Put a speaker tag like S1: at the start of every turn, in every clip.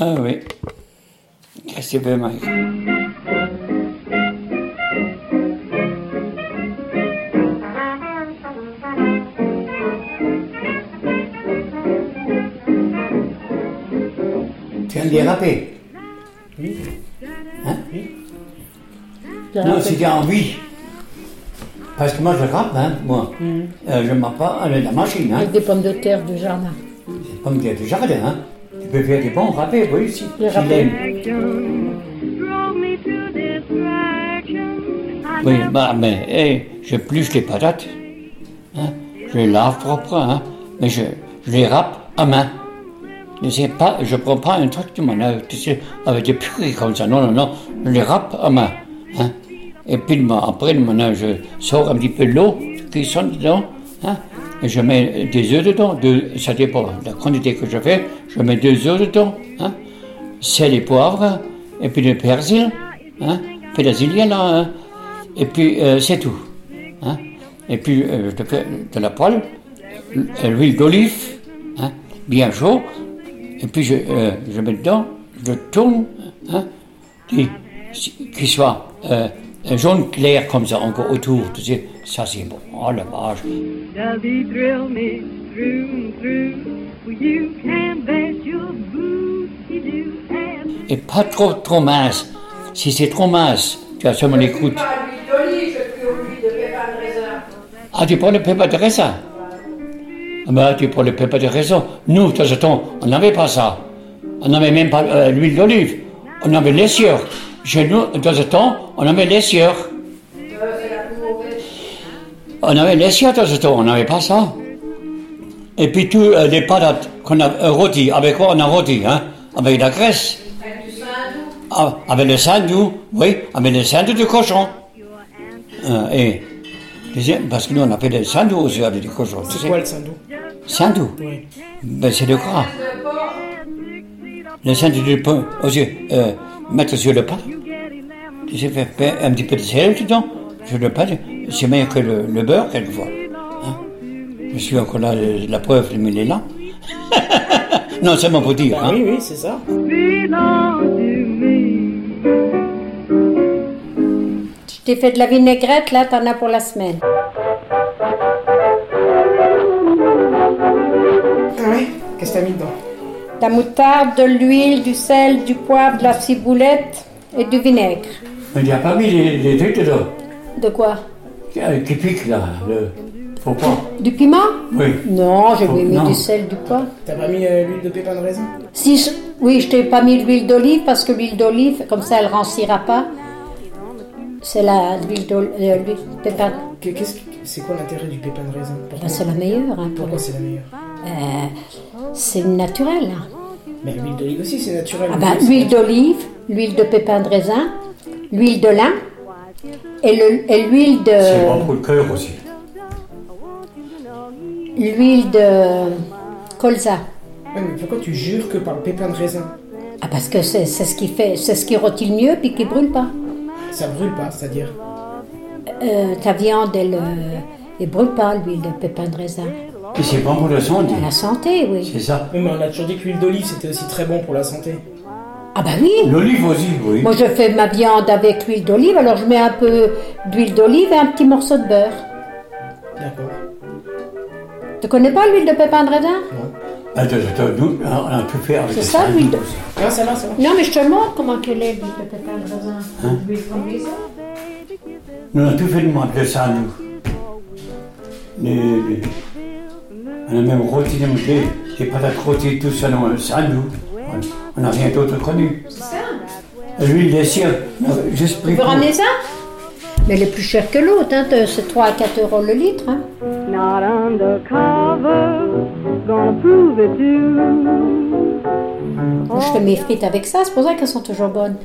S1: Ah oui. Qu'est-ce que Mike Tu viens de déraper
S2: Oui.
S1: Hein
S2: Oui.
S1: Non, c'était en vie. Parce que moi, je rappe, hein, moi. Euh, je ne mets pas à la machine, hein.
S3: Avec des pommes de terre du jardin.
S1: C'est Comme des jardin, hein. Tu peux faire des bons râpés, oui, si
S3: Des
S1: s'il
S3: râpés.
S1: aime.
S4: Action drove me to distraction. I
S1: Oui,
S4: never
S1: bah, mais hey, je plus les patates. hein. Je les lave propre, hein. mais je, je les râpe à main. Je sais pas, je prends pas un truc de mon œuvre, tu sais, avec des purées comme ça. Non, non, non, je les râpe à main. hein. Et puis le ma- après, le matin, je sors un petit peu de l'eau qui sont dedans. hein, et je mets des œufs dedans, deux- ça dépend de la quantité que je fais. Je mets deux œufs dedans. hein sel et poivre, et puis le persil, hein, pédasilien là, hein, et puis euh, c'est tout. hein. Et puis euh, je te fais de la poêle, l- euh, l'huile d'olive, hein, bien chaud, et puis je, euh, je mets dedans, je le tourne, hein, qui- qui soit euh, jaune clair comme ça encore autour, tu sais, ça c'est bon, oh la vache.
S4: Does he thrill me through and through? Well, you can bet your booty do. And
S1: Et pas trop trop mince. Si c'est trop mince, tu as seulement l'écoute.
S5: pas l'huile d'olive, je suis au de pépins de raisin.
S1: Ah, tu prends le pépin de raisin Ah ben, tu prends le pépin de raisin. Nous, de temps en temps, on n'avait pas ça. On n'avait même pas euh, l'huile d'olive. On avait l'essieur. Chez nous, de temps en temps, on avait l'essieur.
S5: Euh,
S1: On avait l'essieur de temps en temps, on n'avait pas ça. Et puis, tous euh, les patates qu'on a euh, rôties, avec quoi on a rôti, hein Avec la graisse.
S5: Avec du saindoux.
S1: Ah, avec le sandou, oui, avec le sandou de cochon. Euh, et, tu sais, parce que nous on appelle le sandou aussi avec du cochon. tu
S2: C'est
S1: sais.
S2: quoi le sandou
S1: Sandou,
S2: Oui.
S1: ben, c'est le gras.
S5: Le porc,
S1: Le sandou du pain aussi, euh, mettre sur le pain. Tu sais, faire, faire un petit peu de sel dedans, sur le pain, c'est meilleur que le, le beurre quelquefois. hein. Je suis encore là, euh, la preuve, mais il est là. non, c'est mon pour dire.
S2: Ah
S1: Hein.
S2: oui, oui, c'est ça.
S4: belong to me.
S6: Je t'ai fait de la vinaigrette, là, t'en as pour la semaine.
S2: Ah oui Qu'est-ce que t'as mis dedans
S6: De La moutarde, de l'huile, du sel, du poivre, de la ciboulette et du vinaigre.
S1: Mais il n'y a pas mis les, les trucs dedans,
S6: De quoi
S1: qui, euh, qui piquent là. Le... Faut pas.
S6: Du piment
S1: Oui. Oh,
S6: Non, je lui ai mis
S1: Non.
S6: du sel, du poivre.
S2: T'as pas mis euh, l'huile de pépin de raisin
S6: Si je- Oui, je t'ai pas mis de l'huile d'olive parce que l'huile d'olive, comme ça, elle rancira pas. C'est la l'huile d'olive.
S2: Que- qu'est-ce que- C'est quoi l'intérêt du pépin de raisin Pourquoi,
S6: c'est la meilleure. hein, pour
S1: Ah,
S2: pourquoi c'est la meilleure
S6: le- Euh, C'est naturel. hein.
S2: Mais l'huile d'olive aussi, c'est naturel.
S6: Ah ben, l'huile d'olive, l'huile de pépin de raisin, l'huile de lin et le- et l'huile
S1: C'est
S6: de
S1: bon pour le cœur aussi.
S6: l'huile de colza.
S2: Ouais, mais pourquoi tu jures que par le pépin de raisin
S6: Ah parce que c'est c'est ce qui fait, c'est ce qui rôtit le mieux puis qui brûle pas.
S2: Ça brûle pas, c'est-à-dire
S6: Euh, ta viande elle, euh, elle brûle pas l'huile de pépin de raisin.
S1: Et c'est bon pour le santé.
S6: À la santé oui.
S1: C'est ça.
S2: Oui, mais on a toujours dit que l'huile d'olive c'était aussi très bon pour la santé.
S6: Ah bah oui.
S1: L'olive aussi, oui.
S6: Moi je fais ma viande avec l'huile d'olive alors je mets un peu d'huile d'olive et un petit morceau de beurre.
S2: D'accord.
S6: Tu connais pas l'huile de pépin de raisin
S1: Attends, attends, nous, on a tout fait avec
S6: C'est
S1: le
S6: ça
S1: sandwich.
S6: l'huile de
S2: Ah, ça va, ça va.
S6: Non mais je te montre comment qu'elle est l'huile de pépin de raisin.
S1: Hein?
S6: L'huile comme les autres.
S1: Nous, on a tout fait le monde, le sandwich. Les- les- On a même rôti les mouchés, des patates rôties, tout ça dans le sandwich. On- On n'a rien d'autre connu.
S5: c'est ça.
S1: L'huile des cires, on a juste pris.
S6: Tu veux
S1: pour-
S6: ramener ça Mais elle est plus chère que l'autre, hein, de- c'est 3 à 4 euros le litre. hein.
S4: Not undercover, gonna prove it too.
S6: Moi, Je fais mes frites avec ça, c'est pour ça qu'elles sont toujours bonnes.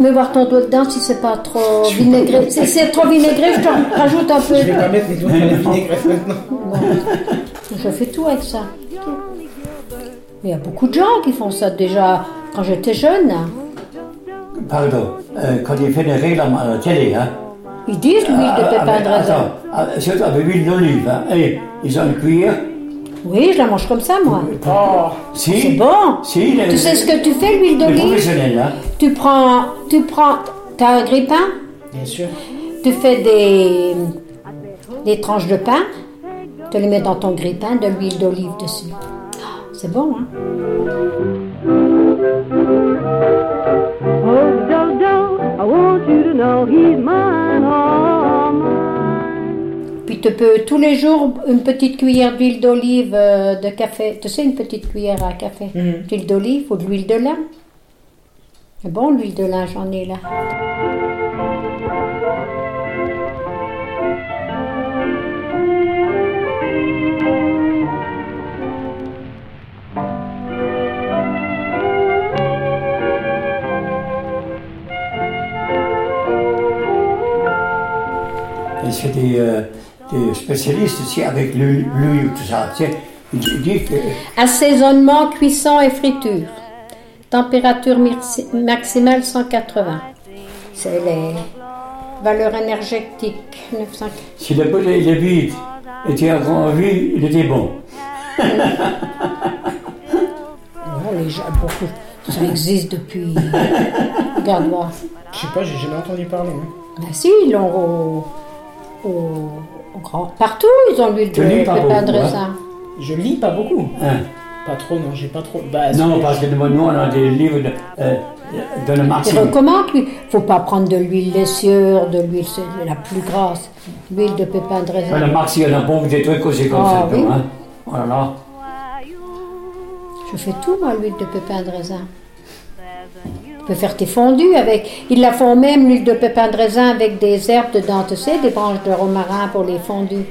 S6: Mais voir ton doigt dedans si c'est pas trop vinaigré. Si c'est trop vinaigré, je te rajoute un
S2: Je vais
S6: peu.
S2: pas mettre les doigts dans la vinaigrette maintenant.
S6: Je fais tout avec ça. Mais il y a beaucoup de gens qui font ça déjà quand j'étais jeune. hein.
S1: Pardon, euh, quand il fait des réclames à la télé, hein.
S6: Ils disent l'huile de
S1: Ah,
S6: pépin de
S1: avec-
S6: raisin.
S1: Eh, Attends, ah, surtout avec l'huile d'olive. hein. Allez, ils ont une cuillère,
S6: Oui, je la mange comme ça, moi.
S1: Euh,
S2: Oh,
S1: Si.
S6: C'est bon.
S1: Si, le,
S6: Tu sais ce que tu fais, l'huile
S1: le
S6: d'olive
S1: professionnel, hein.
S6: Tu prends, tu prends, hein t'as un grille-pain,
S2: bien sûr.
S6: tu fais des, des tranches de pain, tu les mets dans ton grille-pain, de l'huile d'olive dessus. Ah, C'est bon, hein
S4: Oh, Dodo, I want you to know he's mine, all mine.
S6: Puis tu peux tous les jours une petite cuillère d'huile d'olive euh, de café. Tu sais, une petite cuillère à café. D'huile d'olive ou de l'huile de lin. C'est bon, l'huile de lin, j'en ai là.
S1: Parce que des, euh, des spécialistes aussi avec l'huile, l'huile, tout ça. Tu sais, ils disent que
S6: Assaisonnement, cuisson et friture. Température mirci- maximale 180. C'est les valeurs énergétiques. 900.
S1: si le bol est vide était encore en vie, il était bon.
S6: Oh, les gens, beaucoup. Ça existe depuis. Regarde-moi.
S2: Je sais pas, j'ai jamais entendu parler. hein.
S6: Ben si, ils l'ont au, au- au grand. Partout, ils ont l'huile de
S1: Tenu par
S6: pépin
S1: vous,
S6: de
S1: hein.
S6: raisin.
S2: Je lis pas beaucoup.
S1: Hein.
S2: Pas trop, non, j'ai pas trop. Bah,
S1: Non, parce que nous, nous, on a des livres de, euh, de la
S6: Ils
S1: Maxime.
S6: recommandent qu'il ne faut pas prendre de l'huile lessieur, de l'huile c'est la plus grasse, l'huile de pépin de
S1: Dans Le
S6: raisin.
S1: Maxime, on a bon des trucs aussi comme
S6: Ah,
S1: ça.
S6: oui.
S1: donc, hein. Oh là là.
S6: Je fais tout, moi, l'huile de pépin de raisin. Tu peux faire tes fondus avec. Ils la font même, l'huile de pépin de raisin, avec des herbes dedans, tu sais, des branches de romarin pour les fondus.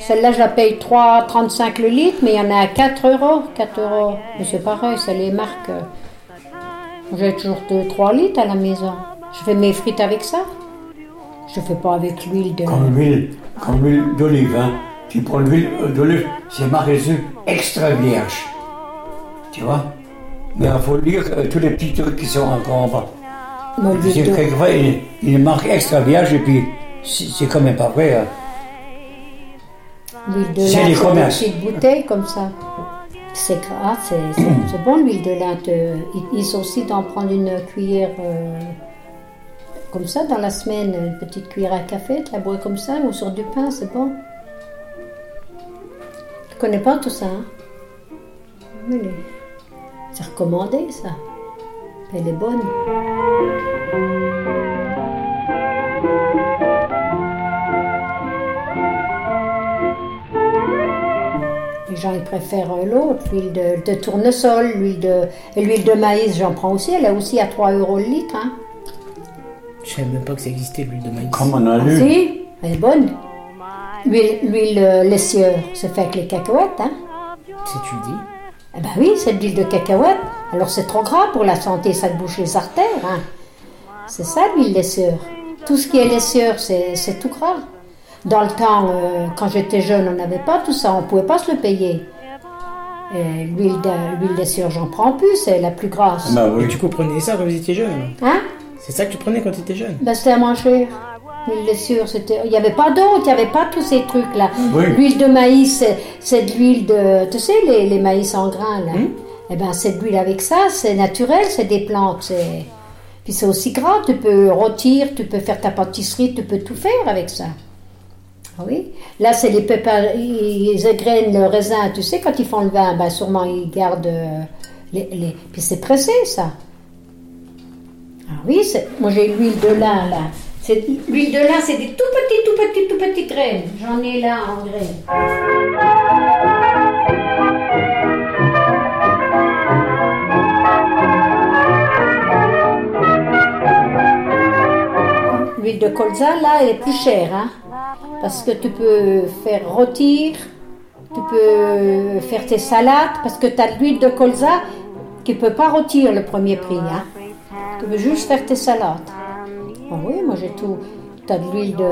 S6: Celle-là, je la paye 3,35 le litre, mais il y en a à 4 euros. 4 euros. Mais c'est pareil, c'est les marques. euh, J'ai toujours 2-3 litres à la maison. Je fais mes frites avec ça. Je fais pas avec l'huile de.
S1: Comme l'huile, comme l'huile d'olive. Hein. Tu prends l'huile d'olive, c'est marqué dessus extra vierge. Tu vois Mais il faut lire euh, tous les petits trucs qui sont encore en bas.
S6: Mais
S1: Parce que
S6: l'huile de-
S1: quelquefois, il, il marque extra vierge et puis c'est c'est quand même pas vrai. hein.
S6: L'huile de lin,
S1: C'est
S6: c'est
S1: les
S6: des
S1: commerces.
S6: petites bouteilles comme ça. C'est gras, c'est c'est- c'est bon l'huile de lin. te- Ils ils sont aussi d'en prendre une cuillère euh, comme ça dans la semaine, une petite cuillère à café, de la boire comme ça ou sur du pain, c'est bon. Tu connais pas tout ça, hein Mais les- C'est recommandé, ça. Elle est bonne. Les gens ils préfèrent euh, l'autre, l'huile de, de tournesol, l'huile de, et l'huile de maïs, j'en prends aussi, elle est aussi à 3 euros le litre. Hein.
S2: Je savais même pas que ça existait l'huile de maïs.
S1: Comme on a lu.
S6: Si, elle est bonne. L'huile, l'huile euh, lessieur, c'est fait avec les cacahuètes. Hein.
S2: Si tu le dis.
S6: Eh ben oui, c'est de l'huile de cacahuète. Alors c'est trop gras pour la santé, ça te bouche les artères. hein. C'est ça l'huile lessieur. Tout ce qui est lessieur, c'est, c'est tout gras. Dans le temps, euh, quand j'étais jeune, on n'avait pas tout ça, on ne pouvait pas se le payer. Et l'huile, de, l'huile lessieur, j'en prends plus, c'est la plus grasse.
S1: Bah oui.
S2: Et tu comprenais ça quand vous étiez jeune alors
S6: Hein
S2: C'est ça que tu prenais quand tu étais jeune
S6: Ben, c'était à manger. L'huile de sûre, c'était... il n'y avait pas d'autre, il n'y avait pas tous ces trucs-là.
S1: Oui.
S6: L'huile de maïs, c'est, c'est de l'huile de. Tu sais, les, les maïs en grains, là. Eh ben, c'est de l'huile avec ça, c'est naturel, c'est des plantes. c'est- Puis c'est aussi gras, tu peux rôtir, tu peux faire ta pâtisserie, tu peux tout faire avec ça. Ah Oui. Là, c'est les pépins, ils ils égrènent le raisin. Tu sais, quand ils font le vin, ben, sûrement ils gardent euh, les, les- Puis c'est pressé, ça. Ah oui, c'est- moi j'ai l'huile de lin, là. C'est- L'huile de lin, c'est des tout petits, tout petits, tout petits graines. J'en ai là en graines. L'huile de colza, là, elle est plus chère, hein. Parce que tu peux faire rôtir, tu peux faire tes salades, parce que tu as de l'huile de colza qui peut pas rôtir le premier prix, hein. Tu peux juste faire tes salades. Ah oui, moi j'ai tout. Tu as de l'huile de.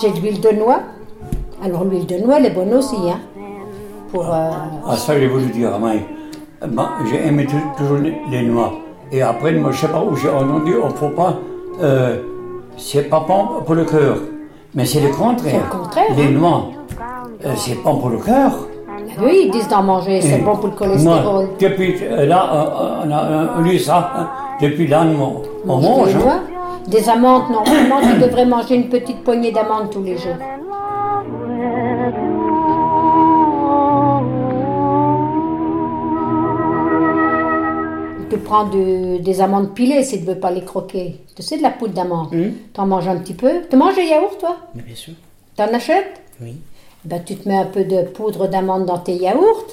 S6: J'ai de l'huile de noix. Alors l'huile de noix, elle est bonne aussi, hein. Pour. euh,
S1: Ah, ça, j'ai voulu dire à Mike. Euh, moi, j'ai aimé tou- toujours les, les noix. Et après, moi, je sais pas où j'ai entendu, on ne faut pas. euh, c'est pas bon pour le cœur. Mais c'est le contraire.
S6: C'est le contraire,
S1: Les
S6: hein.
S1: noix.
S7: euh, c'est bon pour le cœur.
S6: Oui, ils disent d'en manger, c'est bon pour le cholestérol.
S7: Moi, depuis euh, là, euh, on a euh, lu ça. hein. Depuis là, on, on mange.
S6: Tu
S7: hein.
S6: vois Des amandes, normalement, tu devrais manger une petite poignée d'amandes tous les jours. Tu prends de- des amandes pilées si tu ne veux pas les croquer. Tu sais, de la poudre d'amande.
S7: Hmm.
S6: T'en manges un petit peu. Tu manges des yaourts, toi
S2: Mais bien sûr,
S6: T'en achètes
S2: oui.
S6: ben, Tu te mets un peu de poudre d'amande dans tes yaourts.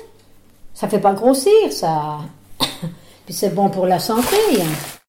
S6: Ça fait pas grossir, ça. Puis c'est bon pour la santé. hein.